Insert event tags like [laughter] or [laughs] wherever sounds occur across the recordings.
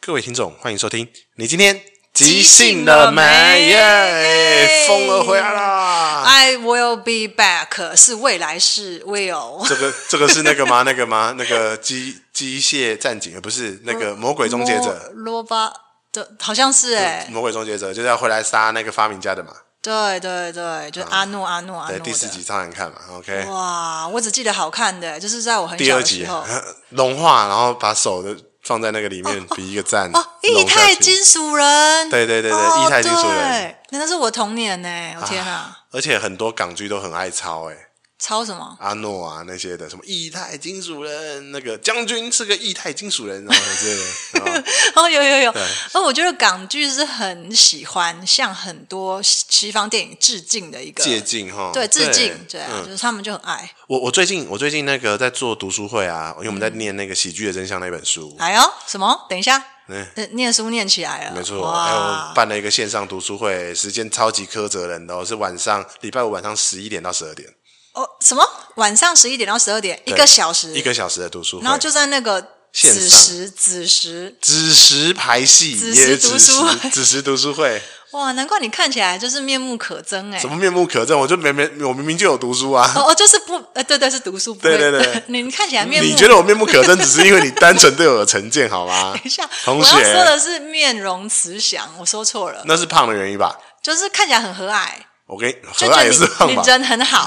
各位听众，欢迎收听。你今天即即兴兴了了没？没耶，耶啊风儿回来啦！ I will be back 是未来式 will，这个这个是那个吗？那个吗？ [laughs] 那个机机械战警，不是那嗯个魔鬼终结者。罗罗巴的，好像是哎、魔鬼终结者就是要回来杀那个发明家的嘛。对对对，就是阿诺阿诺阿啊对，啊诺的第四集超难看嘛。OK，哇，我只记得好看的，就是在我很第小二的时集啊候。 [laughs] 融化，然后把手的放在那个里 [laughs] 面，比一个赞。 [laughs] 哦，融液下态去金属人，对对对对哦液态金属人对那那是我童年呢，我天啊，而且很多港剧都很爱抄哎、超什么？ [laughs] 阿诺啊那些的，什么液态金属人，那个将军是个液态金属人，然后之类的然后。哦，有有有对，哦，我觉得港剧是很喜欢向很多西西方电影致敬的一个借镜哈，对，致敬，对啊，嗯，就是他们就很爱。我我最近我最近那个在做读书会啊，因为我们在念那个《喜剧的真相》那本书，哎呦，什么？等一下，嗯呃念书念起来了，哦没错，哎还有哇，办了一个线上读书会，时间超级苛责人的哦，是晚上礼拜五晚上十一点到十二点，哦，什么？晚上十一点到十二点，一对个小时，一个小时的读书会，然后就在那个线上子时子时，子时排戏，子时也读子书时会子时读书 [laughs] 会，哇，难怪你看起来就是面目可憎哎什。么面目可憎？我就明明我明明就有读书啊，哦哦，就是不，呃，对对，是读书不对会，对对 [laughs] 你看起来面目。你觉得我面目可憎，只是因为你单纯对我有成见，好吗？ [laughs] 等一下，同我要说学，的是面容慈祥，我说错了，那是胖的原因吧？就是看起来很和�蔼，我跟你和就觉蔼得也你是胖吧你？人很好，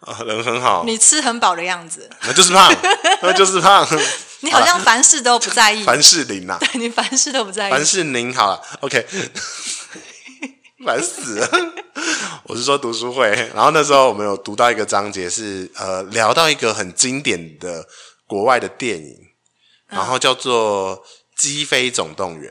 啊人很好，你吃很饱的样子，那就是 [laughs] 胖，那就是胖。你好像凡事都不在意，凡士林呐、 [laughs] 你凡事都不在意，凡士林好了，OK，烦死了。我是说读书会，然后那时候我们有读到一个章节是呃聊到一个很经典的国外的电影，然后叫做《鸡飞总动员》，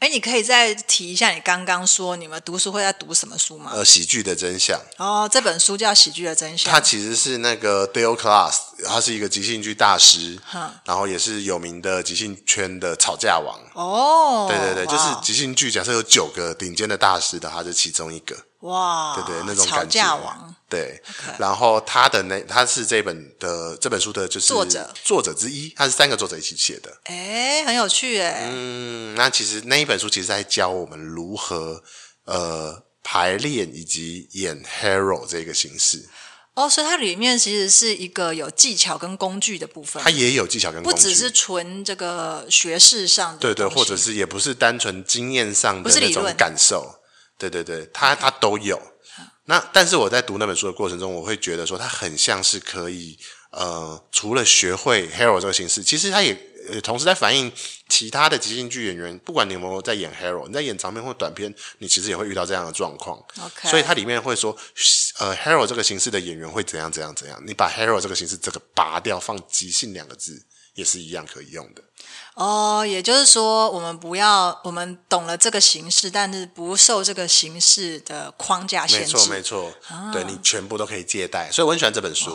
哎，你可以再提一下你刚刚说你们读书会在读什么书吗？呃，喜剧的真相。哦，这本书叫《喜剧的真相呃他》。其实是那个 Dale Class，他是一个即兴剧大师嗯，然后也是有名的即兴圈的吵架王。哦，对对对，哇就是即兴剧，假设有九个顶尖的大师的，他是其中一个。哇，对对，那种啊吵感觉。架王。对然后他的那他是这本的这本书的就是作者作者之一，他是三个作者一起写的。哎，很有趣哎，嗯，那其实那一本书其实在教我们如何呃排练以及演 hero 这个形式，哦，所以它里面其实是一个有技巧跟工具的部分它，也有技巧跟工不具，只是纯这个学识上的对对，东西或者是也不是单纯经验上不的是那理种论感受，对对对，他他都有。那但是我在读那本书的过程中，我会觉得说，它很像是可以呃，除了学会 hero 这个形式，其实它也也同时在反映其他的即兴剧演员，不管你有没有在演 hero，你在演长片或短片，你其实也会遇到这样的状况。 OK 所以它里面会说，呃，hero 这个形式的演员会怎样怎样怎样，你把 hero 这个形式这个拔掉，放即兴两个字，也是一样可以用的。哦，也就是说，我们不要我们懂了这个形式，但是不受这个形式的框架没限错，没制。错，啊对你全部都可以借贷，所以我很喜欢这本书。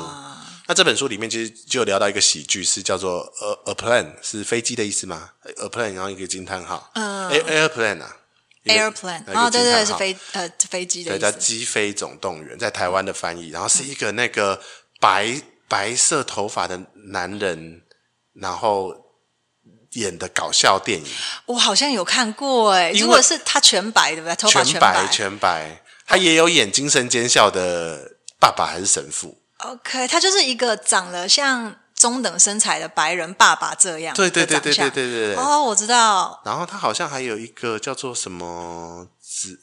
那这本书里面其实就有聊到一个喜剧，是叫做呃 a plane，是飞机的意思吗？a plane，然后一个惊叹号，嗯，air airplane 啊 Airplane，然后哦，对对，对是飞呃飞机的对意叫思。机飞总动员，在台湾的翻译，然后是一个那个白白色头发的男人，然后演的搞笑电影，我好像有看过哎、因为如果是他全白对不对？头发全白。全白，他也有演精神尖笑的爸爸还是神父。 OK，他就是一个长得像中等身材的白人爸爸这样对的对长对相。对对对对对。哦，我知道，然后他好像还有一个叫做什么子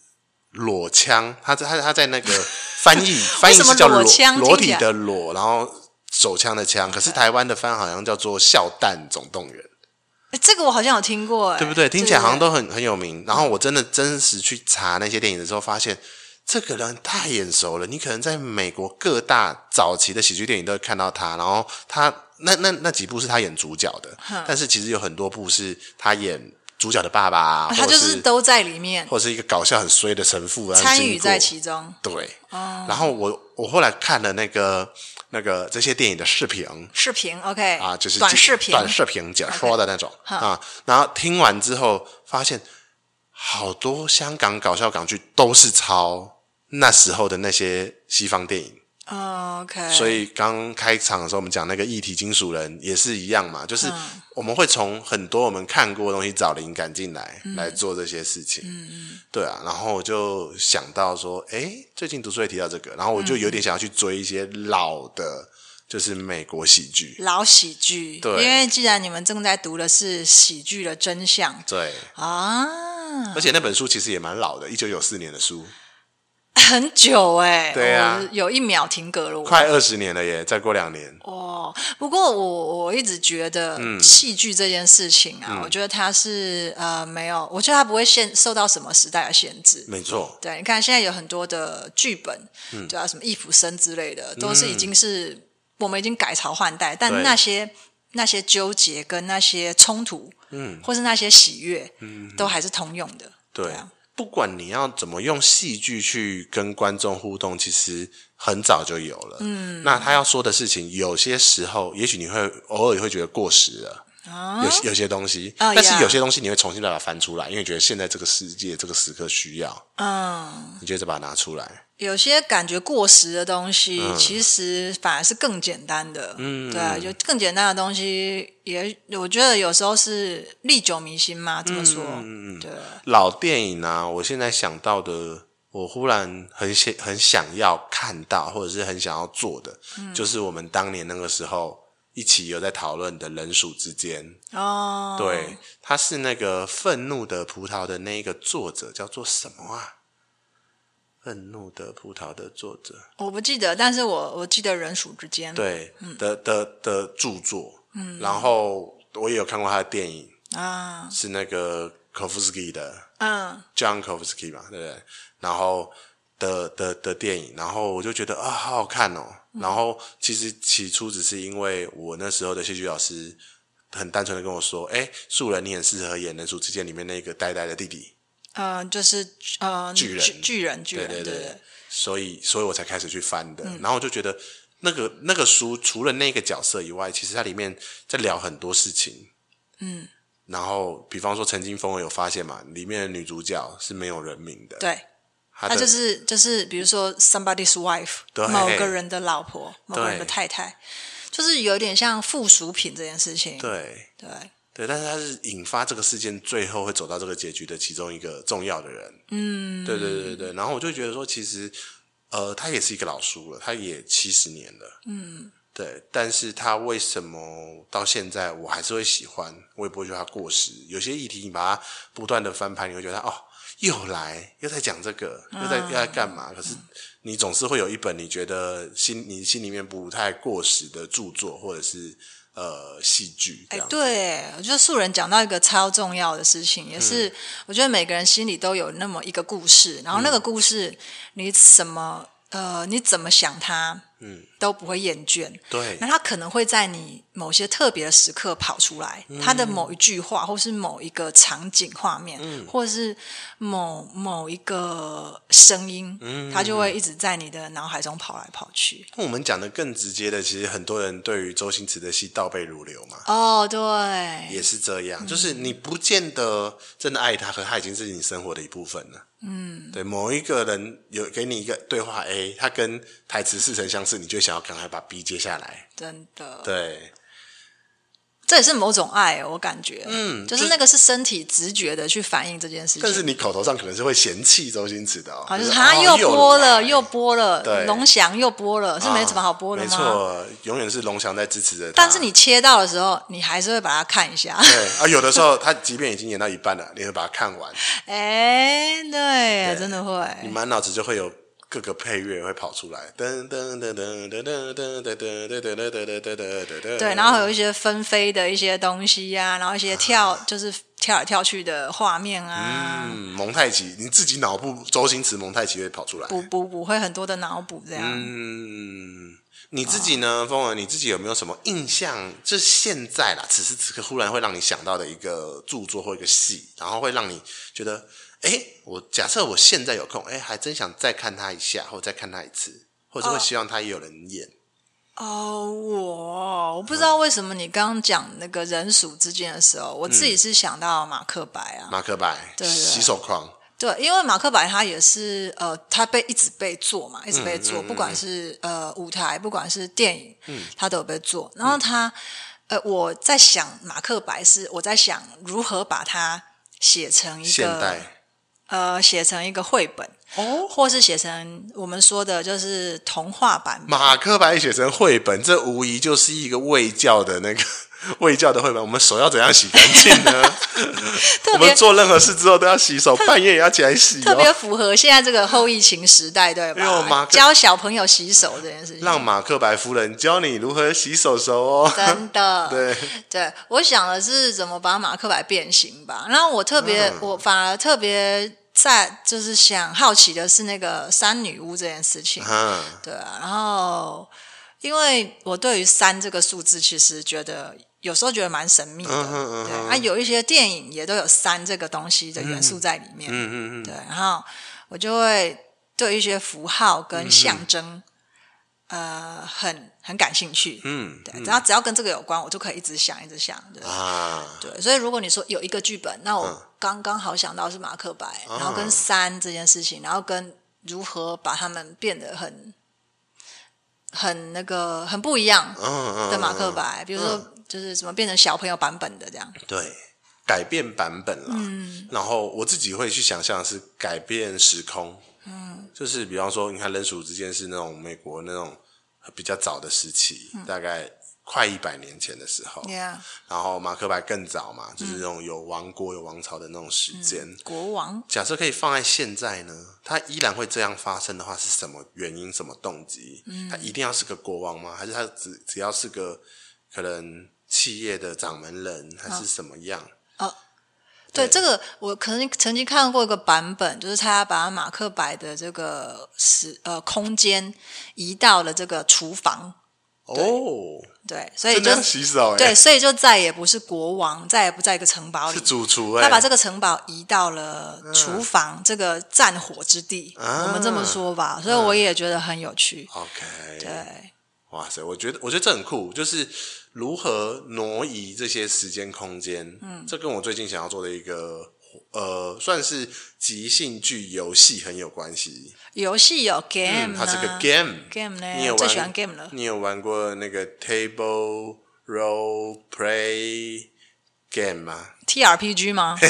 裸枪，他在他他在那 [laughs] 个翻译翻译什么是叫裸裸枪裸听起体来的裸，然后手枪的枪，可是台湾的翻好像叫做笑弹总动员，诶这个我好像有听过、哎，对不对？听起来好像都很很有名。然后我真的真实去查那些电影的时候，发现。这个人太眼熟了，你可能在美国各大早期的喜剧电影都会看到他。然后他那那那几部是他演主角的，但是其实有很多部是他演主角的爸爸啊，对对对或他者就是都在里面或者是一个搞笑很衰的神父啊，参与在经过其哦中。对，然后我我后来看了那个那个这些电影的视频视频 OK 啊，就是短解视频，短视频解说的那种啊，然后听完之后发现，好多香港搞笑港剧都是抄那时候的那些西方电影。嗯，OK，所以刚开场的时候，我们讲那个议题金属人也是一样嘛，就是嗯我们会从很多我们看过的东西找灵感进来，嗯来做这些事情。嗯嗯，对啊。然后我就想到说，诶，最近读书会提到这个，然后我嗯就有点想要去追一些老的，就是美国喜剧。老喜剧，对因为既然你们正在读的是喜剧的真相对，啊，而且那本书其实也蛮老的，一九九四年的书，很久哎、对啊我有一秒停格了我，快二十年了耶，再过两年。哦，不过我我一直觉得戏剧这件事情啊，我觉得它是呃没有，我觉得它不会限受到什么时代的限制。没错，对，你看现在有很多的剧本，对啊，什么易卜生之类的，都是已经是、我们已经改朝换代，但对那些那些纠结跟那些冲突，嗯，或是那些喜悦，嗯，都还是通用的。对啊，。不管你要怎么用戏剧去跟观众互动，其实很早就有了。嗯，那他要说的事情，有些时候也许你会偶尔也会觉得过时了。有有些东西，啊哦但是呀有些东西你会重新把它翻出来，因为觉得现在这个世界这个时刻需要，嗯，你就再把它拿出来。有些感觉过时的东西，嗯其实反而是更简单的。嗯，对啊，就更简单的东西也，我觉得有时候是历久弥新嘛。这么说，嗯、对，老电影啊，我现在想到的，我忽然很想很想要看到，或者是很想要做的，就是我们当年那个时候一起有在讨论的《人鼠之间》。哦，对，他是那个《愤怒的葡萄》的那一个作者，叫做什么啊？《愤怒的葡萄》的作者，我不记得，但是我我记得人鼠之间，对、嗯的的的著作，嗯，然后我也有看过他的电影，啊，是那个 Kovsky 的嗯 John Kovsky 嘛，对不对？然后的的的电影，然后我就觉得啊，好好看哦。嗯然后其实起初只是因为我那时候的戏剧老师很单纯的跟我说，哎，素人你很适合演《人鼠之间》里面那个呆呆的弟弟。呃，就是呃，巨人巨人，巨人，对对嗯对，所以所以我才开始去翻的。然后我就觉得那个那个书除了那个角色以外，其实它里面在聊很多事情。嗯，然后比方说曾经风儿有发现嘛，里面的女主角是没有人名的，对，她他的就是就是，比如说 somebody's wife，对某个人的老婆，某个人的对太太，就是有点像附属品这件事情，对对，对，但是她是引发这个事件最后会走到这个结局的其中一个重要的人。嗯，对对对对对。然后我就觉得说，其实呃，他也是一个老书了，他也七十年了。嗯，对。但是他为什么到现在我还是会喜欢？我也不会觉得他过时。有些议题你把它不断的翻拍，你会觉得哦，又来，又在讲这个，又在、又在干嘛？可是你总是会有一本你觉得心你心里面不太过时的著作，或者是。呃，戏剧这哎样，子对，我觉得素人讲到一个超重要的事情，也是、嗯我觉得每个人心里都有那么一个故事，然后嗯那个故事你怎么呃你怎么想它，嗯，都不会厌倦。对那它可能会在你某些特别的时刻跑出来，它嗯的某一句话，或是某一个场景画面，或是某某一个声音，嗯它就会一直在你的脑海中跑来跑去。那我们讲的更直接的，其实很多人对于周星驰的戏倒背如流嘛，哦，对，也是这样，就是你不见得真的爱他，可他已经是你生活的一部分了。嗯，对，某一个人有给你一个对话 A，他跟台词似曾相识，你就想要赶快把 B 接下来。真的。对，这也是某种爱，哦我感觉，嗯就是那个是身体直觉的去反映这件事情。但是你口头上可能是会嫌弃周星驰的哦，啊，就是是他哦又播来了，又播了，对龙翔又播了，是没啊什么好播的没吗？错，永远是龙翔在支持着他。但是你切到的时候，你还是会把它看 [laughs] 一下。对啊，有的时候他即便已经演到一半了，你会把它看完，哎，对，对真的你会。满脑子就会有各个配乐会跑出来，噔噔噔噔噔噔噔噔噔噔噔噔噔噔噔噔。对，然后还有一些纷飞的一些东西呀、然后一些跳，就是跳来跳去的画面啊，啊嗯，蒙太奇，你自己脑部周星驰蒙太奇会跑出来。补补补，会很多的脑补这样。嗯，你自己呢，风儿，你自己有没有什么印象？就是现在啦，此时此刻忽然会让你想到的一个著作或一个戏，然后会让你觉得，哎，我假设我现在有空，哎，还真想再看他一下，或再看他一次，或者是会哦希望他也有人演。哦，我我不知道为什么你刚刚讲那嗯个人鼠之间的时候，我自己是想到马克白啊，马克白，对对洗手狂，对，因为马克白他也是呃，他被一直被做嘛，一直被嗯做，不管是呃舞台，不管是电影，他都有被做。然后他、呃，我在想马克白是我在想如何把它写成一现个代呃，写成一个绘本，哦，或是写成我们说的就是童话版本。马克白写成绘本，这无疑就是一个卫教的那个 [laughs] 卫教的绘本。我们手要怎样洗干净呢？ [laughs] 特我别们做任何事之后都要洗手，半夜也要起来洗特别哦。符合现在这个后疫情时代，对因为我吧马？克教小朋友洗手这件事情，让马克白夫人教你如何洗手手哦。真的 [laughs] 对，对，我想的是怎么把马克白变形吧。然后我特别，嗯我反而特别在就是想好奇的是那个三女巫这件事情。嗯，对啊，然后因为我对于三这个数字，其实觉得有时候觉得蛮神秘的。嗯哼嗯哼对，啊，有一些电影也都有三这个东西的元素在里面。嗯嗯嗯，对，然后我就会对一些符号嗯跟象征，呃，很很感兴趣。嗯对，只要只要跟这个有关，我就可以一直想，一直想。对、啊，对，所以如果你说有一个剧本，那嗯我刚刚好想到是马克白，哦然后跟三这件事情，然后跟如何把他们变得很很那个很不一样嗯嗯的马克白，比如说就是什么变成小朋友版本的这样。对，改变版本啦。然后我自己会去想象的是改变时空。嗯，就是比方说，你看人鼠之间是那种美国那种比较早的时期，大概快一百年前的时候。 Yeah，然后马克白更早嘛，就是那种有王国、有王朝的那种时间。国王假设可以放在现在呢，他依然会这样发生的话，是什么原因、什么动机？他一定要是个国王吗？还是他只只要是个可能企业的掌门人，还是什么样？对对这个，我可能曾经看过一个版本，就是他把马克白的这个时呃空间移到了这个厨房，哦，对，所以真的就要洗手哎、对，所以就再也不是国王，再也不在一个城堡是里。主厨哎、他把这个城堡移到了厨房、这个战火之地，嗯啊嗯我们这么说吧，所以我也觉得很有趣。 OK，对，哇塞，我觉得我觉得这很酷，就是如何挪移这些时间空间，嗯，这跟我最近想要做的一个呃，算是即兴剧游戏很有关系。游戏有 game，、嗯，啊它是个 game。 game 你有玩呢，最喜欢 game 了。你有玩过那个 table role play game 吗？[laughs] TRPG 吗？对，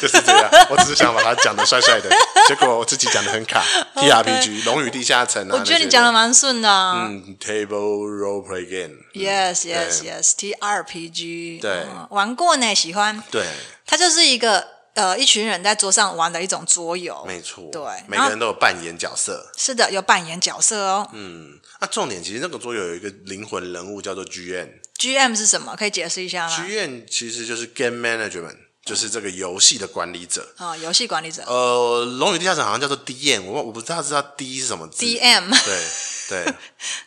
就是这 [laughs] 样。我只是想把它讲的帅帅的，结果我自己讲的很卡。T R P G《龙与地下城》啊，我觉得你讲的吗？蛮顺的、啊。嗯，table role play game。 Yes, yes, 对 yes. T R P G，对嗯玩过呢，喜欢。对，它就是一个呃，一群人在桌上玩的一种桌游。没错。对每然个后人都有扮演角色。是的，有扮演角色哦。嗯，那重点其实那个桌游有一个灵魂人物叫做 G N。 G M 是什么？可以解释一下吗？ G N 其实就是 game management，就是这个游戏的管理者。啊、游戏管理者呃，《龙与地下城》好像叫做 D N，我我不知道知道 D 是什么字。 D M。对对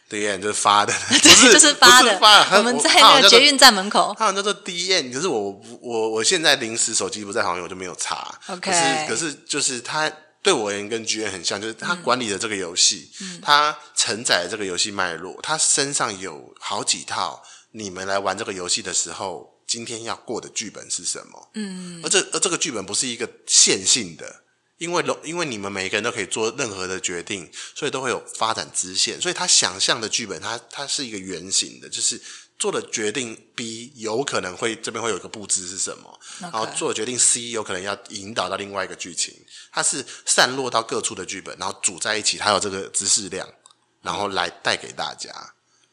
，D N 就是发的，不 [laughs] 对，是就是发不的是发它我们在它好那像个叫捷运站门口，它好像叫做 D N，可是我不我我现在临时手机不在好友，我就没有查。可 OK 是可是就是它对我而言跟 G N 很像，就是它管理的这个游戏，它承载这个游戏脉络，它身上有好几套你们来玩这个游戏的时候，今天要过的剧本是什么？嗯，而这而这个剧本不是一个线性的。因为龙，因为你们每个人都可以做任何的决定，所以都会有发展支线。所以他想象的剧本，它它是一个圆形的，就是做了决定 B 有可能会这边会有一个布置是什么然后做了决定 C 有可能要引导到另外一个剧情。它是散落到各处的剧本，然后组在一起，它有这个知识量，然后来带给大家，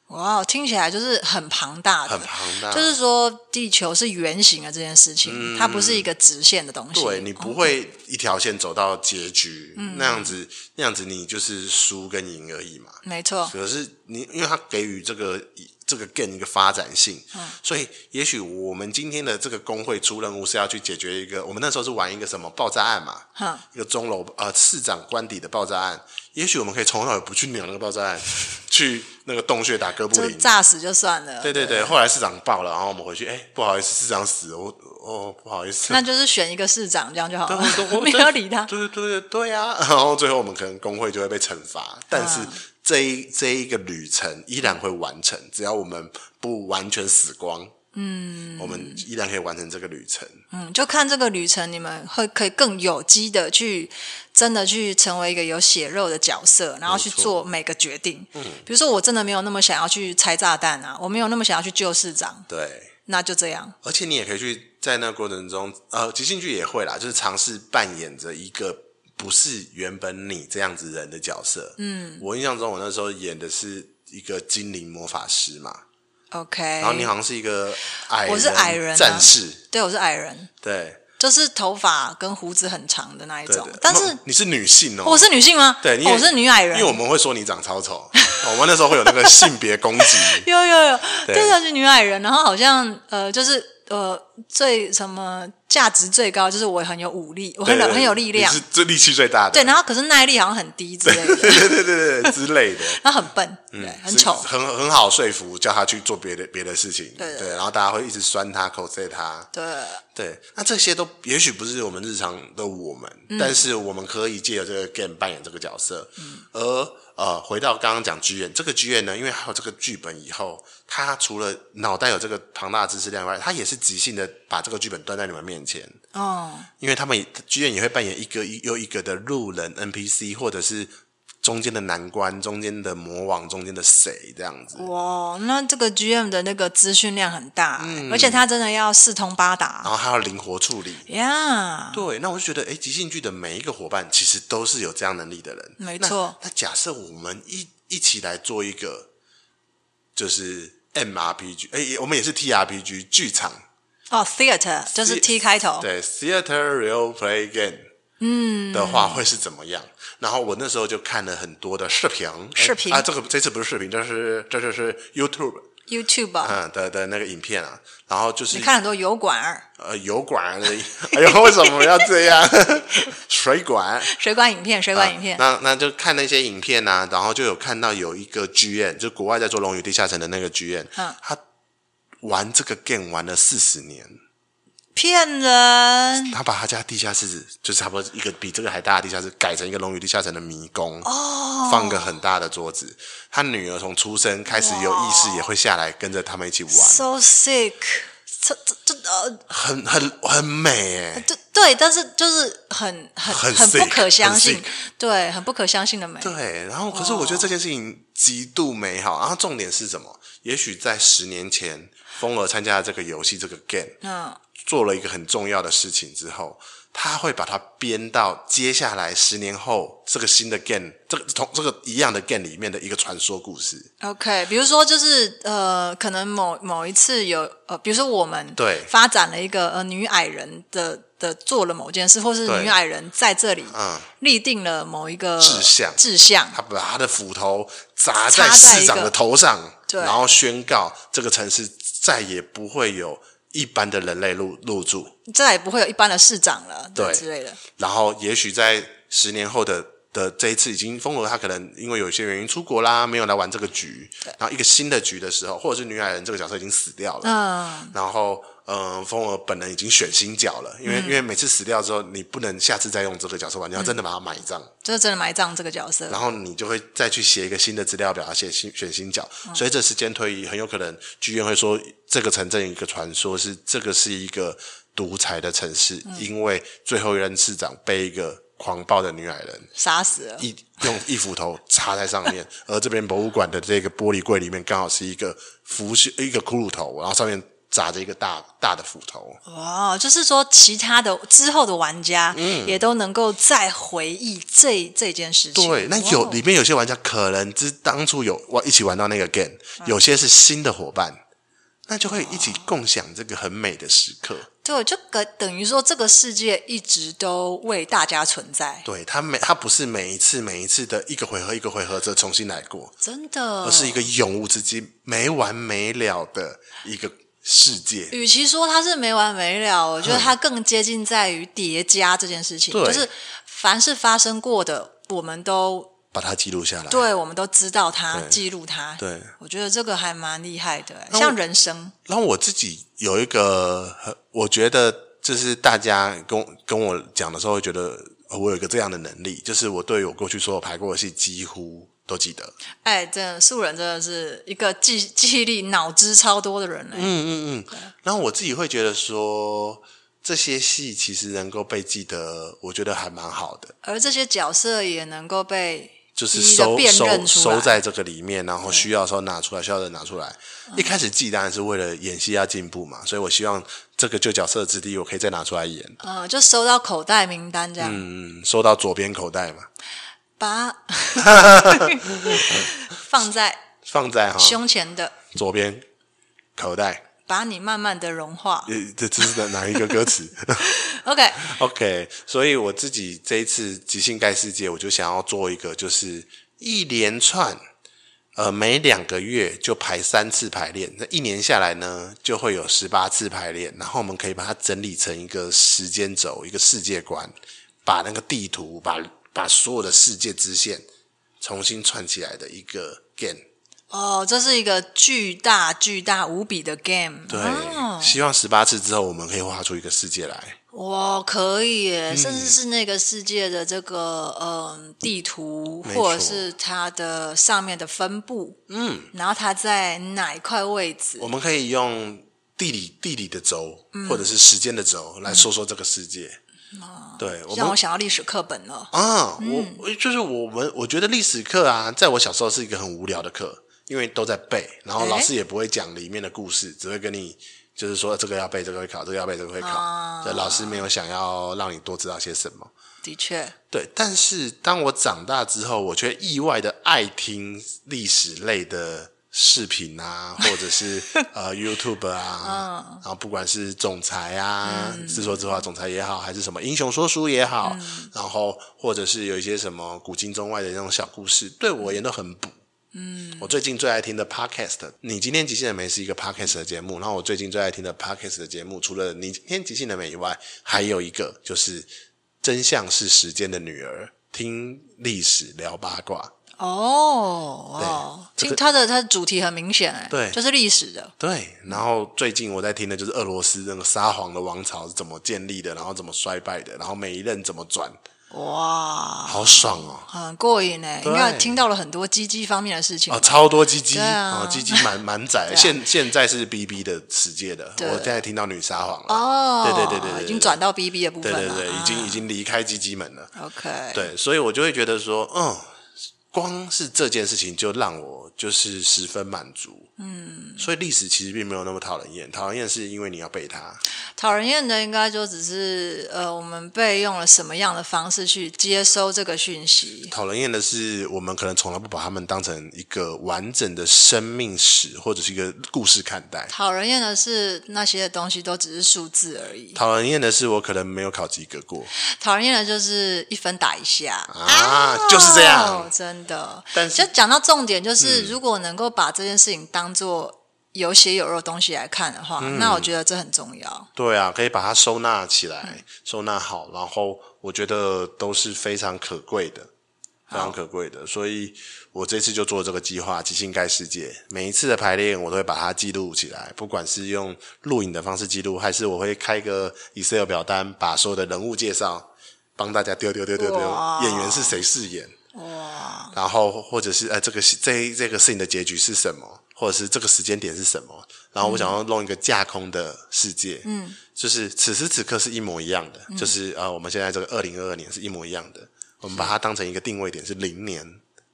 哇，听起来就是很庞大的，很庞大。嗯就是说地球是圆形的这件事情，它不是一个直线的东西。对你不会一条线走到结局，嗯那样子那样子你就是输跟赢而已嘛。没错，可是你，因为它给予这个这个 game 一个发展性，嗯所以也许我们今天的这个工会出任务是要去解决一个，我们那时候是玩一个什么爆炸案嘛，哼一个钟楼呃市长官邸的爆炸案，也许我们可以从头到尾不去鸟那个爆炸案，去那个洞穴打哥布就林，炸死就算了。对对对，后来市长爆了，然后我们回去，哎、不好意思，市长死了，我哦不好意思，那就是选一个市长这样就好了 [laughs] 对， [laughs] 我没有理他。对对对对啊！然后最后我们可能工会就会被惩罚，但是嗯这一这一个旅程依然会完成，只要我们不完全死光。嗯，我们依然可以完成这个旅程。嗯，就看这个旅程，你们会可以更有机的去，真的去成为一个有血肉的角色，然后去做每个决定。嗯，比如说我真的没有那么想要去拆炸弹啊，我没有那么想要去救市长，对，那就这样。而且你也可以去在那个过程中，呃，即兴剧也会啦，就是尝试扮演着一个不是原本你这样子人的角色。嗯，我印象中我那时候演的是一个精灵魔法师嘛， OK，然后你好像是一个矮人，哎我是矮人啊战士，对我是矮人，对，就是头发跟胡子很长的那一对种对。但是哦你是女性哦，我是女性吗？对，因哦为我是女矮人。因为我们会说你长超丑， [laughs] 哦我们那时候会有那个性别攻击，有有有，对真的是女矮人。然后好像呃，就是呃，最什么价值最高，就是我很有武力， [laughs] 我很对有对很有力量你是。最力气最大的，对，然后可是耐力好像很低 [laughs] 之类的，对对对对之类的，然后很笨，对， [laughs] 很是丑。很很好说服，叫他去做别的别的事情，对对对，然后大家会一直酸他、口塞他，对，对，那这些都也许不是我们日常的我们，但是我们可以借由这个 game 扮演这个角色。而呃，回到刚刚讲剧院，这个剧院呢，因为还有这个剧本以后，它除了脑袋有这个庞大的知识量以外，它也是即兴的把这个剧本端在你们面前。哦，因为他们也剧院也会扮演一个又一个的路人 NPC，或者是中间的难关、中间的魔王、中间的谁这样子。哇，那这个 GM 的那个资讯量很大，嗯而且他真的要四通八达然后还要灵活处理，呀。对，那我就觉得，哎，即兴剧的每一个伙伴其实都是有这样能力的人。没那错那假设我们一一起来做一个，就是 MRPG，哎，也我们也是 TRPG 剧场，哦，theater 就是 The- T 开头，对 Theater Real Play Game，嗯，的话会是怎么样？然后我那时候就看了很多的视频，哎视频啊，这个这次不是视频，这是这就是 YouTube， YouTube 啊、嗯的的那个影片啊，然后就是你看很多油管儿、呃油管而已， [laughs] 哎呦，为什么要这样？ [laughs] 水管。水管影片、水管影片，啊那那就看那些影片啊，然后就有看到有一个剧院，就国外在做《龙与地下城》的那个剧院，嗯他玩这个 game 玩了四十年，骗人他把他家地下室就是差不多一个比这个还大的地下室改成一个《龙与地下城》的迷宫，哦，放个很大的桌子，他女儿从出生开始有意识也会下来跟着他们一起玩， ，so sick，这这这呃，很很很美哎、这对，但是就是很很很不 sick，可相信很 sick，对，很不可相信的美，对，然后可是我觉得这件事情极度美好。然后重点是什么？也许在十年前，风儿参加了这个游戏这个 game，嗯，做了一个很重要的事情之后，他会把它编到接下来十年后这个新的 game，这个同这个一样的 game 里面的一个传说故事。 OK，比如说就是呃，可能某某一次有呃，比如说我们对发展了一个呃女矮人的的做了某件事，或是对女矮人在这里嗯立定了某一个志向志向，他把他的斧头砸在插在一市长个的头上，对然后宣告这个城市再也不会有一般的人类入入住。再也不会有一般的市长了，对之类的，然后也许在十年后的的这一次，已经风格他可能因为有一些原因出国啦，没有来玩这个局。然后一个新的局的时候，或者是女矮人这个角色已经死掉了，嗯，然后嗯、呃，风儿本人已经选新角了，因为、因为每次死掉之后，你不能下次再用这个角色玩，你要真的把它埋葬，就是真的埋葬这个角色然，后你就会再去写一个新的资料表，写新选新角。随着时间推移，很有可能剧院会说这个城镇有一个传说是这个是一个独裁的城市，因为最后一任市长被一个狂暴的女矮人杀死了，一用一斧头插在上面，而这边博物馆的这个玻璃柜里面刚好是一个腐朽一个骷髅头，然后上面砸着一个大大的斧头。哇，哦就是说其他的之后的玩家嗯也都能够再回忆这这件事情，对，那有哇哦里面有些玩家可能是当初有玩一起玩到那个 game，有嗯些是新的伙伴，那就会一起共享这个很美的时刻。对，就等等于说这个世界一直都为大家存在，对他每他不是每一次每一次的一个回合一个回合着重新来过，真的。而是一个永无止境、没完没了的一个世界。与其说它是没完没了，我觉得它更接近在于叠加这件事情，嗯对就是凡是发生过的，我们都把它记录下来。对，我们都知道它，对记录它。对我觉得这个还蛮厉害的，欸那我像人生，然后我自己有一个很，我觉得就是大家跟我跟哦我讲的时候，会觉得呃我有一个这样的能力，就是我对于我过去所有排过的戏几乎都记得。哎，真的素人真的是一个记记忆力、脑汁超多的人欸呢、嗯嗯嗯。然后我自己会觉得说，这些戏其实能够被记得，我觉得还蛮好的，而这些角色也能够被就是一一地收辨认收出收来在这个里面，然后需要的时候拿出来，需要的拿出来。一开始记当然是为了演戏要进步嘛，所以我希望这个旧角色之地我可以再拿出来演。呃，就收到口袋名单这样，嗯，收到左边口袋嘛，把 [laughs] 放在放在哈胸前的，左边口袋。把你慢慢的融化。呃，这这是哪哪一个歌词？ [laughs] OK， OK，所以我自己这一次即兴盖世界，我就想要做一个，就是一连串，呃，每两个月就排三次排练，那一年下来呢，就会有十八次排练，然后我们可以把它整理成一个时间轴，一个世界观，把那个地图，把把所有的世界支线重新串起来的一个 game。哦，这是一个巨大、巨大无比的 game。对，哦希望十八次之后，我们可以画出一个世界来。哇，哦可以耶，甚嗯至是那个世界的这个嗯地图，没或错者是它的上面的分布，嗯，然后它在哪一块位置我？们可以用地理地理的轴，嗯或者是时间的轴来说说这个世界。对，我哦让我们想到历嗯史课本了。啊，我我就是我们，我觉得历史课啊，在我小时候是一个很无聊的课，因为都在背，然后诶老师也不会讲里面的故事，只会跟你就是说呃这个要背，这个会考，这个要背，这个会考。哦对，老师没有想要让你多知道些什么。的确，对，但是当我长大之后，我却意外的爱听历史类的视频啊，或者是呃 YouTube 啊，然后不管是总裁啊，自说自话总裁也好，还是什么英雄说书也好，然后或者是有一些什么古今中外的那种小故事，对我而言都很补。我最近最爱听的 podcast，你今天即兴的美是一个 podcast 的节目，然后我最近最爱听的 podcast 的节目，除了你今天即兴的美以外，还有一个就是真相是时间的女儿，听历史聊八卦。哦，哦，对这听个它的它的主题很明显，哎，对就是历史的，对，然后最近我在听的就是俄罗斯那个沙皇的王朝是怎么建立的，然后怎么衰败的，然后每一任怎么转，哇，好爽哦！很过瘾哎，应对该听到了很多鸡鸡方面的事情啊，。超多鸡鸡对哦，啊鸡鸡满满载。啊现现在是 B B 的世界的，对我现在听到女沙皇了。哦，对对对对对对已经转到 BB 的部对分对了，对，已经啊已经离开鸡鸡门了。 OK，，对，所以我就会觉得说，嗯，光是这件事情就让我就是十分满足。嗯，所以历史其实并没有那么讨人厌，讨人厌是因为你要背它。讨人厌的应该就只是呃，我们被用了什么样的方式去接收这个讯息？讨人厌的是，我们可能从来不把他们当成一个完整的生命史或者是一个故事看待。讨人厌的是那些东西都只是数字而已，讨人厌的是，我可能没有考及格过讨人厌的就是一分打一下。啊，就是这哦样。真的。但是嗯就讲到重点，就是、如果能够把这件事情当做有血有肉的东西来看的话，嗯那我觉得这很重要。对啊，可以把它收纳起来，收纳好，然后我觉得都是非常可贵的，非常可贵的。所以我这次就做这个计划，即兴盖世界。每一次的排练，我都会把它记录起来，不管是用录影的方式记录，还是我会开一个 Excel 表单，把所有的人物介绍帮大家丢丢丢丢哇丢，演员是谁饰演，哇，然后或者是呃，这个戏这一这个事情的结局是什么，或者是这个时间点是什么，然后我想要弄一个架空的世界，嗯，就是此时此刻是一模一样的，就是呃，我们现在这个二零二二年是一模一样的，我们把它当成一个定位点是零年，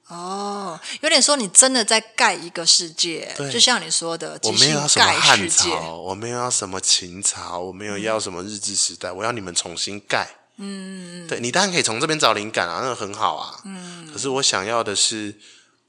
哦，有点说你真的在盖一个世界，对就像你说的，我即没兴有要什么盖世汉界。朝，我没有要什么秦朝，我没有要什么日治时代，我要你们重新盖。嗯，对你当然可以从这边找灵感啊，那个很好啊。嗯，可是我想要的是，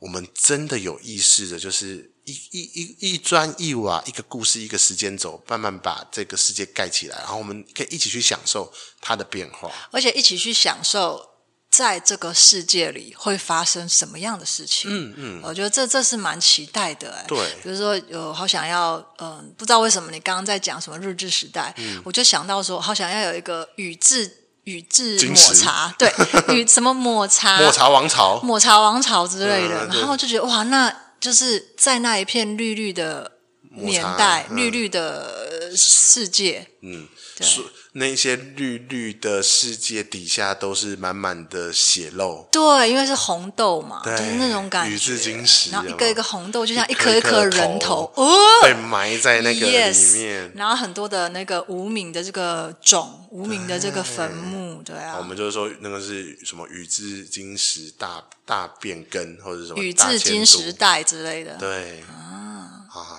我们真的有意识的，就是一一一一砖一瓦，一个故事，一个时间轴，慢慢把这个世界盖起来，然后我们可以一起去享受它的变化。而且一起去享受在这个世界里会发生什么样的事情。嗯嗯，我觉得这这是蛮期待的、哎，对比如说有好想要，嗯、不知道为什么你刚刚在讲什么日治时代，嗯我就想到说，好想要有一个宇治宇治金抹石茶， [laughs] 对，宇什么抹茶抹茶王朝，抹茶王朝之类的，嗯对然后就觉得哇，那就是在那一片绿绿的年抹茶代、嗯绿绿的世界，嗯，对所那些绿绿的世界底下都是满满的血肉，对，因为是红豆嘛，就对是那种感宇觉治金石。然后一个一个红豆，就像一一颗颗一颗颗的人头头，哦，被埋在那个里 yes, 面。然后很多的那个无名的这个种，无名的这个坟墓，对我啊，们就是说那个是什么宇治金石大大变更或者是什么宇大治迁金都时代之类的，对啊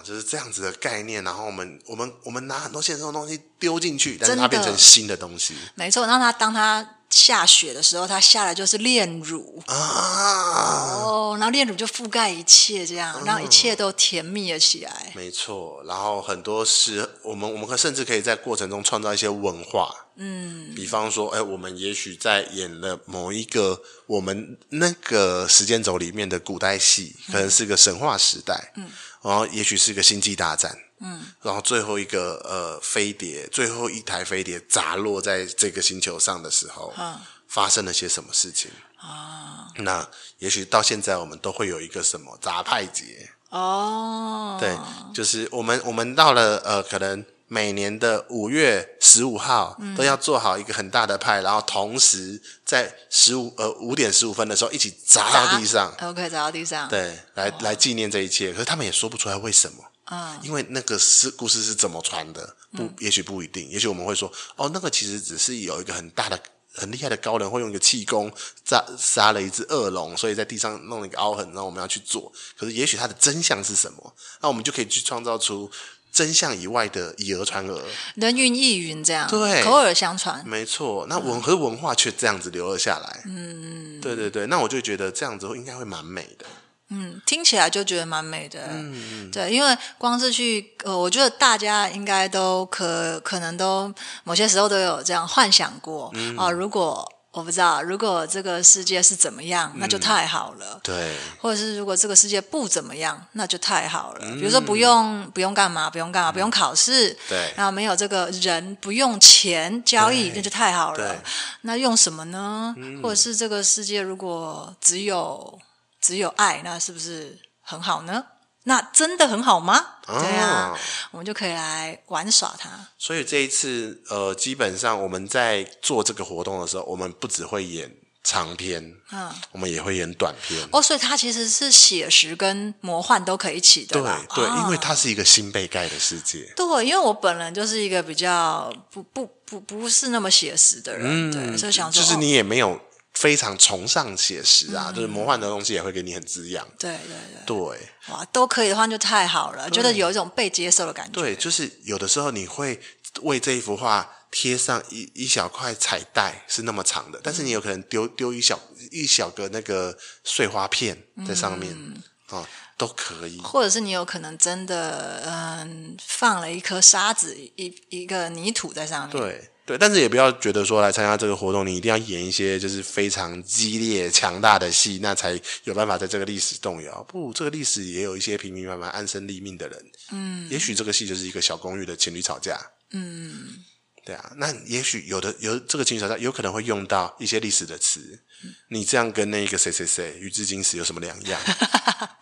就是这样子的概念。然后我们我们我们拿很多现实中的东西丢进去，但是它真变的成新的东西没错。让他当他下雪的时候，他下来就是炼乳啊，哦，然后炼乳就覆盖一切，嗯这样让一切都甜蜜了起来。没错。然后很多是我们我们可甚至可以在过程中创造一些文化，嗯，比方说，哎，我们也许在演了某一个我们那个时间轴里面的古代戏，可能是个神话时代，嗯，然后也许是个星际大战。嗯，然后最后一个呃飞碟，最后一台飞碟砸落在这个星球上的时候，嗯发生了些什么事情啊？那也许到现在我们都会有一个什么杂派节，哦，对，就是我们我们到了呃，可能每年的五月十五号、都要做好一个很大的派，然后同时在十五呃五点十五分的时候一起砸砸到地上， ，OK，砸到地上，对，来、来纪念这一切。可是他们也说不出来为什么。嗯，因为那个是故事是怎么传的，不，也许不一定，也许我们会说，哦，那个其实只是有一个很大的、很厉害的高人会用一个气功杀杀了一只恶龙，所以在地上弄了一个凹痕，然后我们要去做。可是也许它的真相是什么？那我们就可以去创造出真相以外的以讹传讹。人云亦云这样，对口耳相传，没错，那文和文化却这样子留了下来。嗯，对对对，那我就觉得这样子会应该会蛮美的。嗯，听起来就觉得蛮美的。嗯，对，因为光是去，呃，我觉得大家应该都可可能都某些时候都有这样幻想过啊、如果我不知道，如果这个世界是怎么样，那就太好了。对，或者是如果这个世界不怎么样，那就太好了。嗯比如说不用不用干嘛，不用干嘛，不用考试，对然后没有这个人，不用钱交易，对那就太好对嗯了。那用什么呢？或者是这个世界如果只有只有爱，那是不是很好呢？那真的很好吗？哦对啊，我们就可以来玩耍它。所以这一次，呃，基本上我们在做这个活动的时候，我们不只会演长篇，嗯，我们也会演短篇。哦，所以它其实是写实跟魔幻都可以一起的对啦。对，啊因为它是一个新被盖的世界。对，因为我本人就是一个比较不不不不是那么写实的人，对，所以想嗯说，就是哦、你也没有非常崇尚写实啊，就是魔幻的东西也会给你很滋养。对对对，对哇，都可以的话就太好了，觉得有一种被接受的感觉。对，就是有的时候你会为这一幅画贴上一一小块彩带，是那么长的，但嗯是你有可能丢丢一小一小个那个碎花片在上面嗯啊、哦都可以。或者是你有可能真的嗯放了一颗沙子一一个泥土在上面，对对，但是也不要觉得说来参加这个活动，你一定要演一些就是非常激烈、强大的戏，那才有办法在这个历史动摇。不，这个历史也有一些平平凡凡、安身立命的人。嗯，也许这个戏就是一个小公寓的情侣吵架。嗯，对啊，那也许有的有这个情侣吵架，有可能会用到一些历史的词。你这样跟那个谁谁谁与至今时有什么两 [laughs] 样？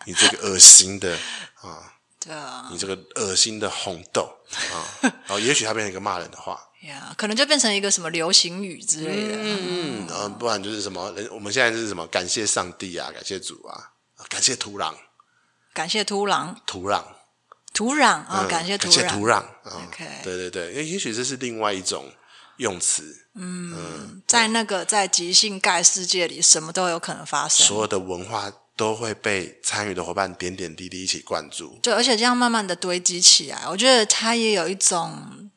你这个恶心的啊！对啊，你这个恶心的红豆 [laughs] 啊！然后也许它变成一个骂人的话。呀，可能就变成一个什么流行语之类的。嗯，呃，不然就是什么人，我们现在是什么？感谢上帝啊，感谢主啊，啊感谢土壤，感谢土壤，土壤，土壤啊、哦嗯感谢土感谢壤，土壤啊 OK 对对对，因为也许这是另外一种用词，在那个在即兴盖世界里，什么都有可能发生。所有的文化都会被参与的伙伴点点滴滴一起灌注。对，而且这样慢慢的堆积起来，我觉得它也有一种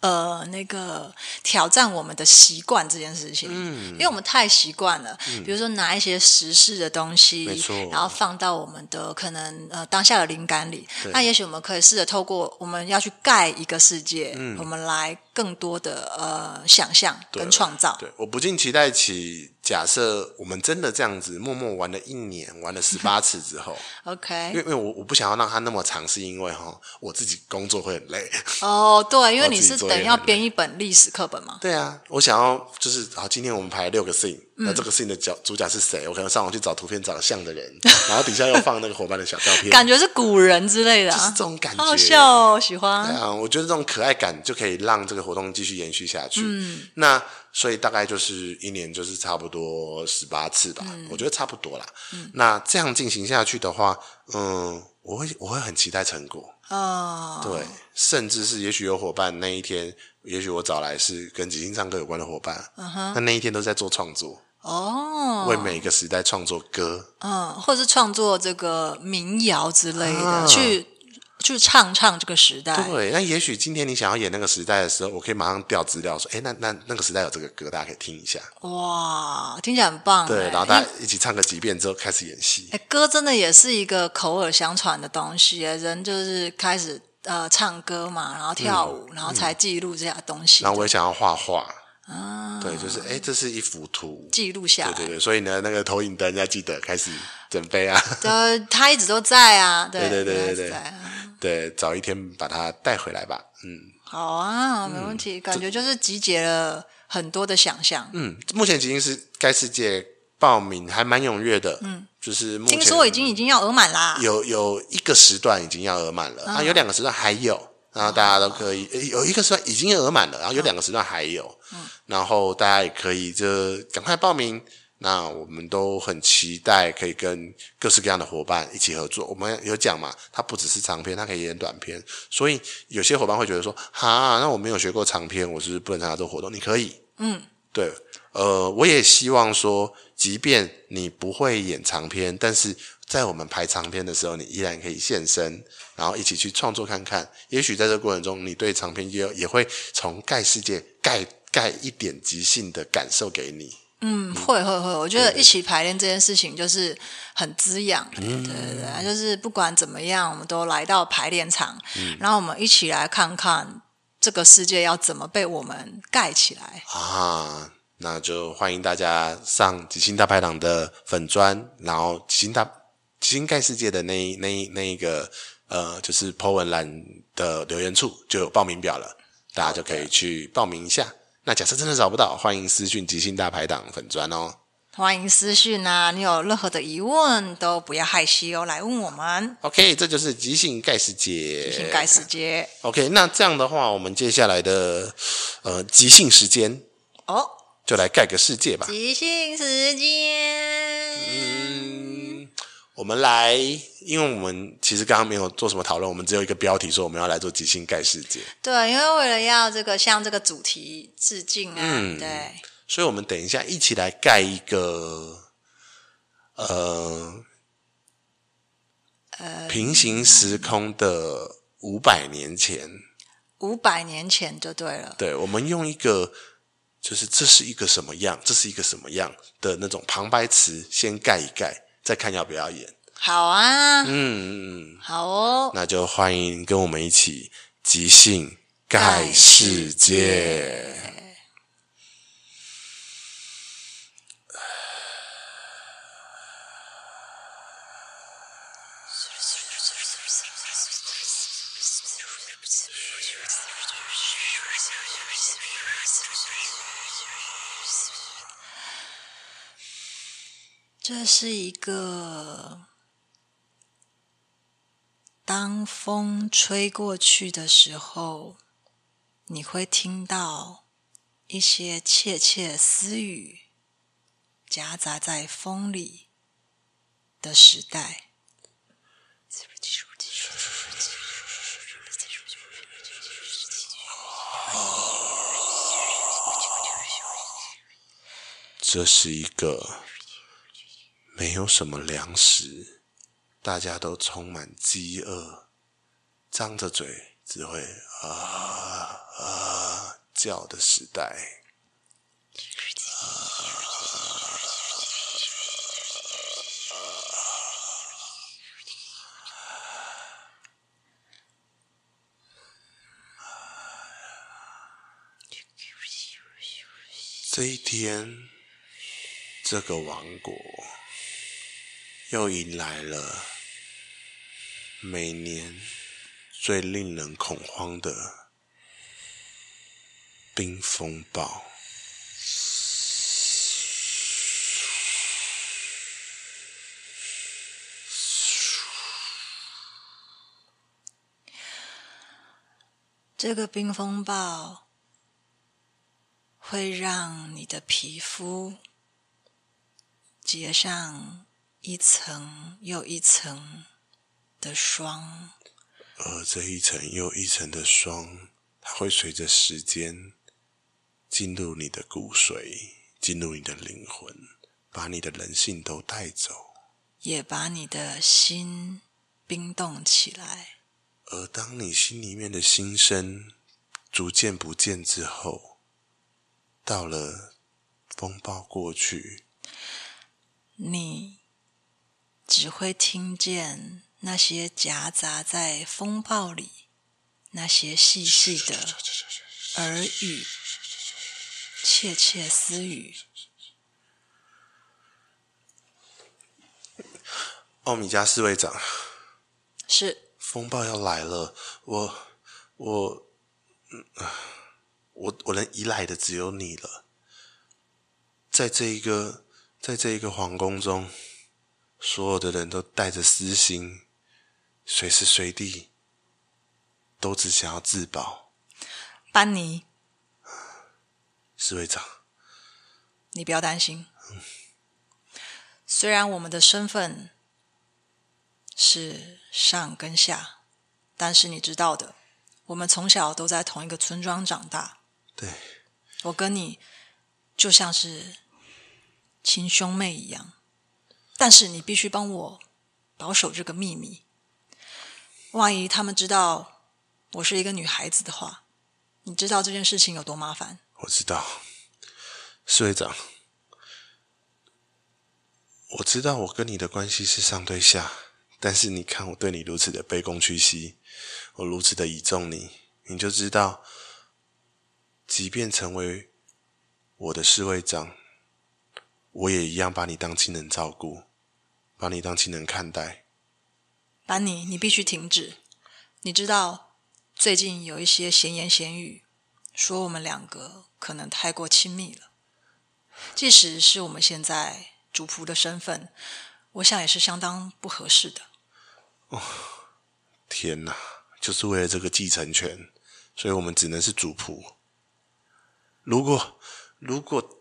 呃那个挑战我们的习惯这件事情。嗯，因为我们太习惯了，比如说拿一些时事的东西，嗯没错然后放到我们的可能呃当下的灵感里。那也许我们可以试着透过我们要去盖一个世界，我们来更多的呃想象跟创造。嗯对，我不禁期待起，假设我们真的这样子默默玩了一年，玩了十八次之 [laughs] 后，因 OK，为因为我我不想要让它那么长，是因为哈，我自己工作会很累。哦，对，因为我你自己是做等于也要很编一本历史课本嘛。对啊，我想要就是好，今天我们排六个 scene，嗯那这个事情的角主角是谁？我可能上网去找图片长得像的 [laughs] 人，然后底下又放那个伙伴的小照片，感觉是古人之类的、就是啊，这种感觉。好好笑哦，喜欢。对啊，我觉得这种可爱感就可以让这个活动继续延续下去。嗯，那所以大概就是一年就是差不多十八次吧，嗯我觉得差不多啦。那这样进行下去的话，嗯，我会我会很期待成果。哦，对，甚至是也许有伙伴那一天，也许我找来是跟即兴唱歌有关的伙伴，那那一天都是在做创作，嗯哦，为每一个时代创作歌。嗯，或者是创作这个民谣之类的，啊去去唱唱这个时代。对，那也许今天你想要演那个时代的时候，我可以马上调资料说，哎，那那那个时代有这个歌，大家可以听一下。哇，听起来很棒。对，哦哎然后大因家一起唱个几遍之后开始演戏。哎，歌真的也是一个口耳相传的东西哎，人就是开始呃唱歌嘛，然后跳舞，然后才记录这些东西嗯然，后我也想要画画，啊，对，就是哎，这是一幅图。记录下对来对。对，所以呢，那个投影灯要记得开始准备啊。呃，他一直都在啊，对对对对他对一直对在啊对，早一天把它带回来吧。嗯，好啊，没问题，感觉就是集结了很多的想象。嗯，目前已经是该世界报名还蛮踊跃的，嗯，就是目前听说已嗯经已经要额满啦，有有一个时段已经要额满了、啊，有两个时段还有，然后大家都可以、呃有一个时段已经额满了，然后有两个时段还有，嗯然后大家也可以就赶快报名。那我们都很期待可以跟各式各样的伙伴一起合作。我们有讲嘛，它不只是长篇，它可以演短篇，所以有些伙伴会觉得说，哈，那我没有学过长篇，我是不是不能参加这个活动？你可以，嗯对，呃，我也希望说，即便你不会演长篇，但是在我们排长篇的时候，你依然可以现身，然后一起去创作看看。也许在这过程中，你对长篇也有也会从盖世界盖盖一点即兴的感受给你。嗯，会会会，我觉得一起排练这件事情就是很滋养，对对对，就是不管怎么样，我们都来到排练场，然后我们一起来看看这个世界要怎么被我们盖起来。啊，那就欢迎大家上即兴大排档的粉砖，然后即兴大即兴盖世界的那一那一那一个呃，就是 Po 文栏的留言处就有报名表了，大家就可以去报名一下。那假设真的找不到，欢迎私讯即兴大排档粉砖哦。欢迎私讯啊，你有任何的疑问都不要害羞，来问我们。 OK，这就是即兴盖世界，请盖世界 OK，那这样的话，我们接下来的呃即兴时间哦，就来盖个世界吧。即兴时间，嗯，我们来，因为我们其实刚刚没有做什么讨论，我们只有一个标题说我们要来做即兴盖世界，对，因为为了要这个向这个主题致敬啊，对，所以我们等一下一起来盖一个，呃，平行时空的五百年前，五百年前就对了。对，我们用一个就是这是一个什么样，这是一个什么样的那种旁白词先盖一盖，再看要不要演。好啊，嗯嗯嗯。好哦，那就欢迎跟我们一起即兴盖世界。这是一个当风吹过去的时候，你会听到一些窃窃私语夹杂在风里的时代。这是一个没有什么粮食，大家都充满饥饿，张着嘴只会啊啊叫的时代。这一天，这个王国又迎来了每年最令人恐慌的冰风暴。这个冰风暴会让你的皮肤结上一层又一层的霜，而这一层又一层的霜，它会随着时间进入你的骨髓，进入你的灵魂，把你的人性都带走。也把你的心冰冻起来。而当你心里面的心声逐渐不见之后，到了风暴过去，你只会听见那些夹杂在风暴里那些细细的耳语、窃窃私语。奥米加侍卫长，是风暴要来了，我我嗯啊我我能依赖的只有你了。在这一个在这一个皇宫中，所有的人都带着私心，随时随地都只想要自保。班尼，侍卫长，你不要担心。虽然我们的身份是上跟下，但是你知道的，我们从小都在同一个村庄长大。对，我跟你就像是亲兄妹一样，但是你必须帮我保守这个秘密。万一他们知道我是一个女孩子的话，你知道这件事情有多麻烦？我知道，侍卫长，我知道我跟你的关系是上对下，但是你看我对你如此的卑躬屈膝，我如此的倚重你，你就知道，即便成为我的侍卫长，我也一样把你当亲人照顾，把你当亲人看待。班尼，你必须停止。你知道，最近有一些闲言闲语，说我们两个可能太过亲密了。即使是我们现在主仆的身份，我想也是相当不合适的。天哪，就是为了这个继承权，所以我们只能是主仆。如果，如果，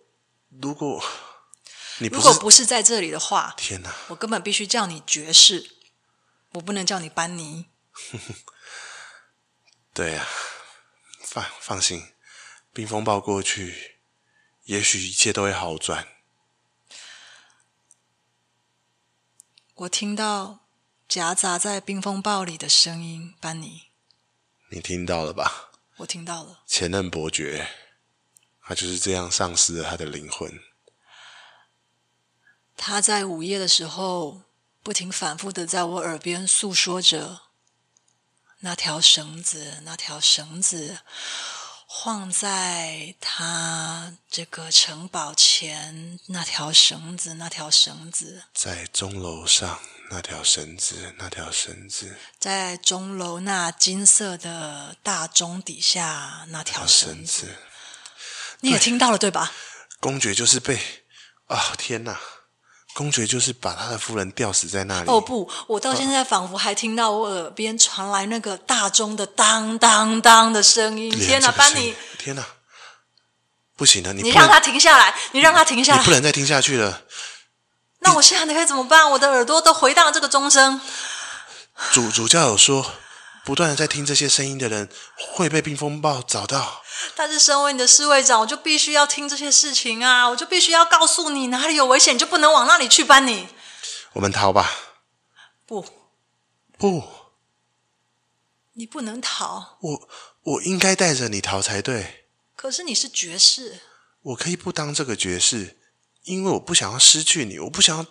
如果你不如是果不是在这里的话，天哪，我根本必须叫你爵士，我不能叫你班尼。对啊，放放心，冰风暴过去，也许一切都会好转。我听到夹杂在冰风暴里的声音，班尼，你听到了吧？我听到了。前任伯爵，他就是这样丧失了他的灵魂。他在午夜的时候不停反复的在我耳边诉说着那条绳子，那条绳子晃在他这个城堡前，那条绳子，那条绳子在钟楼上那条绳子，那条绳子，在钟楼那金色的大钟底下，那条条绳绳子，子，你也听到了对吧？公爵就是被啊、天哪！公爵就是把他的夫人吊死在那里。哦不，我到现在仿佛还听到我耳边传来那个大钟的当当当的声音。连天哪，这个声班尼音！，天哪！不行了，你你不能让他停下来，你让他停下你不来。能再听下去了。那我现在该怎么办？我的耳朵都回荡这个钟声。主主教有说，不断的在听这些声音的人会被冰风暴找到。但是身为你的侍卫长，我就必须要听这些事情啊！我就必须要告诉你哪里有危险，你就不能往那里去，班尼。我们逃吧！不，不，你不能逃。我我应该带着你逃才对。可是你是爵士，我可以不当这个爵士，因为我不想要失去你，我不想要，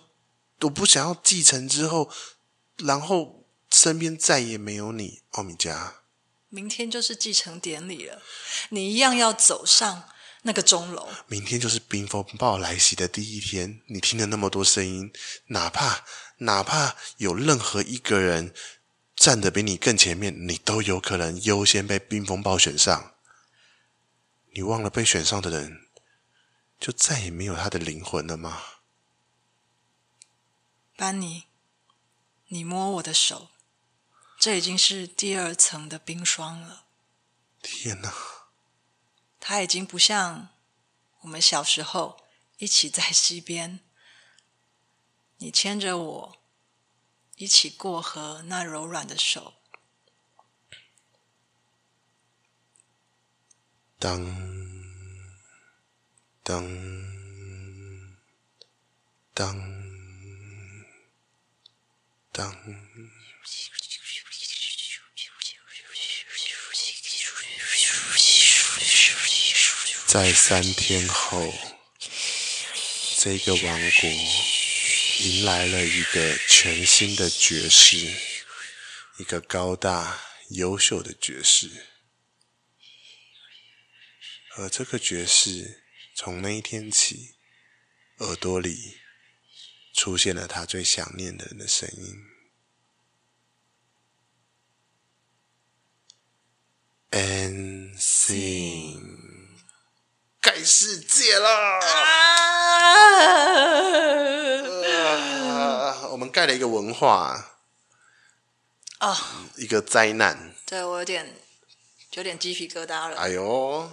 我不想要继承之后，然后身边再也没有你，奥米加。明天就是继承典礼了，你一样要走上那个钟楼。明天就是冰风暴来袭的第一天，你听了那么多声音，哪怕哪怕有任何一个人站得比你更前面，你都有可能优先被冰风暴选上。你忘了被选上的人，就再也没有他的灵魂了吗？班尼，你摸我的手，这已经是第二层的冰霜了。天哪！它已经不像我们小时候一起在溪边， [laughs] 你牵着我一起过河那柔软的手。当当当当，在三天后，这个王国迎来了一个全新的爵士，一个高大优秀的爵士。而这个爵士从那一天起，耳朵里出现了他最想念的人的声音。And sing，盖世界啦！啊我们盖了一个文化，哦，一个灾难。对我有点有点鸡皮疙瘩了。哎呦，我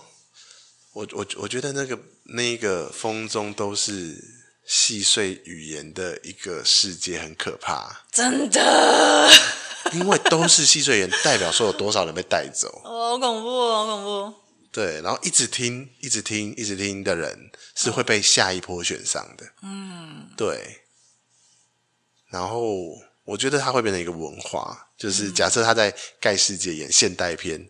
我我觉得那个那个风中都是细碎语言的一个世界，很可怕，真的， [laughs] 因为都是细碎语言，代表说有多少人被带走。哦，好恐怖哦，好恐怖。对，然后一直听，一直听，一直听的人是会被下一波选上的。嗯，对。然后我觉得它会变成一个文化，就是假设他在盖世界演现代片，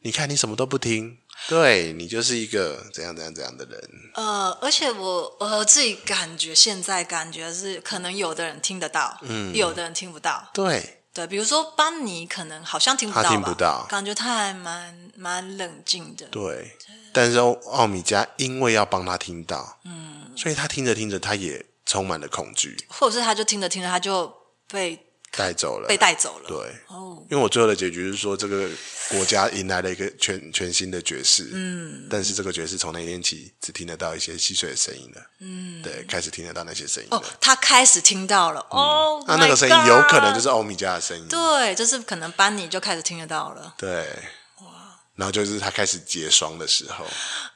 你看你什么都不听，对你就是一个怎样怎样怎样的人。呃，而且我我自己感觉现在感觉是，可能有的人听得到，嗯，有的人听不到。对，对，比如说班尼，可能好像听不到吧，他听不到感觉他还蛮蛮冷静的。对。但是奥米加因为要帮他听到，嗯，所以他听着听着，他也充满了恐惧，或者是他就听着听着，他就被带走了，被带走了。对，哦，因为我最后的结局是说，这个国家迎来了一个全全新的爵士，嗯，但是这个爵士从那天起只听得到一些细碎的声音了，嗯，Oh 对，开始听得到那些声音了。哦，他开始听到了。哦，嗯啊那那个声音有可能就是是欧米茄的声音，对，就是可能班尼就开始听得到了，对，然后就是他开始结霜的时候，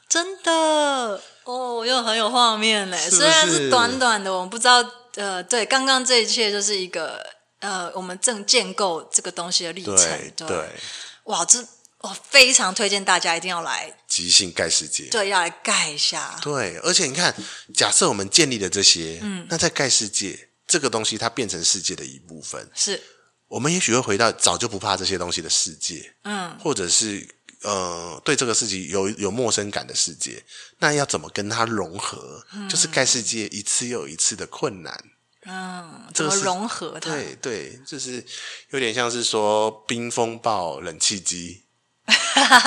真的。哦，又很有画面嘞，是不虽然是是短短的，我们不知道。呃，对，刚刚这一切就是一个呃，我们正建构这个东西的历程。对对，哇，这我非常推荐大家一定要来，即兴盖世界，对，要来盖一下。对，而且你看，假设我们建立了这些，嗯，那在盖世界这个东西，它变成世界的一部分，是，我们也许会回到早就不怕这些东西的世界，嗯，或者是呃对这个事情有有陌生感的世界，那要怎么跟它融合？就是盖世界一次又一次的困难。嗯，这怎个么是融合它？对对，就是有点像是说冰风暴、冷气 [laughs] 机，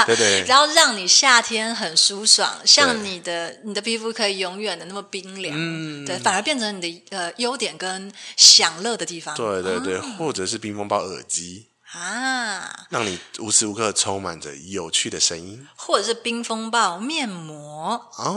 对对然后让你夏天很舒爽，像你的你的皮肤可以永远的那么冰凉，嗯对，反而变成你的呃优点跟享乐的地方。对对对，哦或者是冰风暴耳机，啊，让你无时无刻充满着有趣的声音或者是冰风暴面膜，哦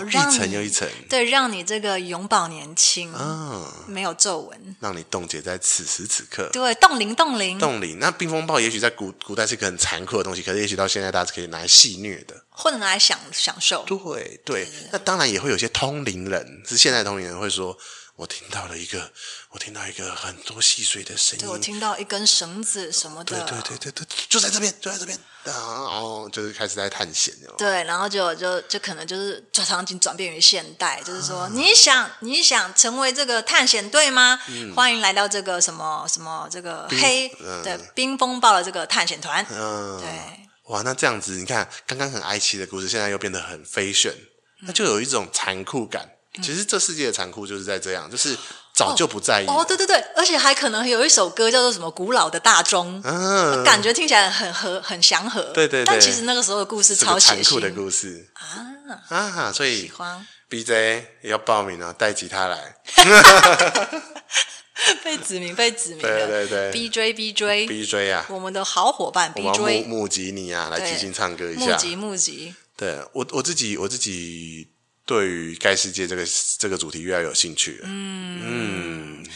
哇，一让层你又一层，对，让你这个永葆年轻，嗯，没有皱纹，让你冻结在此时此刻。对，冻龄冻龄，冻龄，那冰风暴也许在古古代是个很残酷的东西，可是也许到现在大家是可以拿来戏虐的。或者拿来享享受。对对，那当然也会有些通灵人，是现在通灵人会说，我听到了一个，我听到一个很多细碎的声音，对，我听到一根绳子什么对的，对对对对，就在这边，就在这边，啊哦，就是开始在探险哦。对，然后就就就可能就是场景转变于现代，就是说、啊你想你想成为这个探险队吗？欢迎来到这个什么什么这个黑嗯对冰风暴的这个探险团，嗯，对，哇，那这样子，你看刚刚很哀戚的故事，现在又变得很飞旋，那就有一种残酷感。嗯其实这世界的残酷就是在这样，就是早就不在意哦了对对对，而且还可能有一首歌叫做什么古老的大钟，嗯，感觉听起来很和很祥和，对对对但其实那个时候的故事这个超残血酷的腥故事啊，啊！所以喜欢哎 BJ 也要报名哦，带吉他来。被指名被指名对了，对对 b j BJ， BJ 啊，我们的好伙伴我们要募 BJ，募集你啊，来对即兴唱歌一募下。集募集，对我我自己我自己对于盖世界这个这个主题越来越有兴趣了。嗯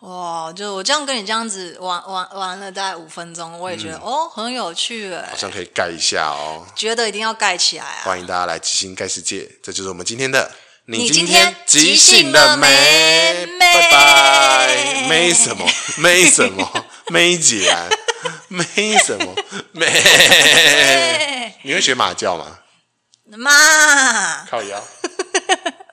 哇，就我这样跟你这样子玩玩玩了大概五分钟，我也觉得、哦很有趣哎好，像可以盖一下哦。觉得一定要盖起来啊！欢迎大家来即兴盖世界，这就是我们今天的。你今天天即即兴兴了了没没？拜拜，妹没什么，没什么， [laughs] 没姐啊， [laughs] 没什么， [laughs] 没。你会学马叫吗？妈，靠腰。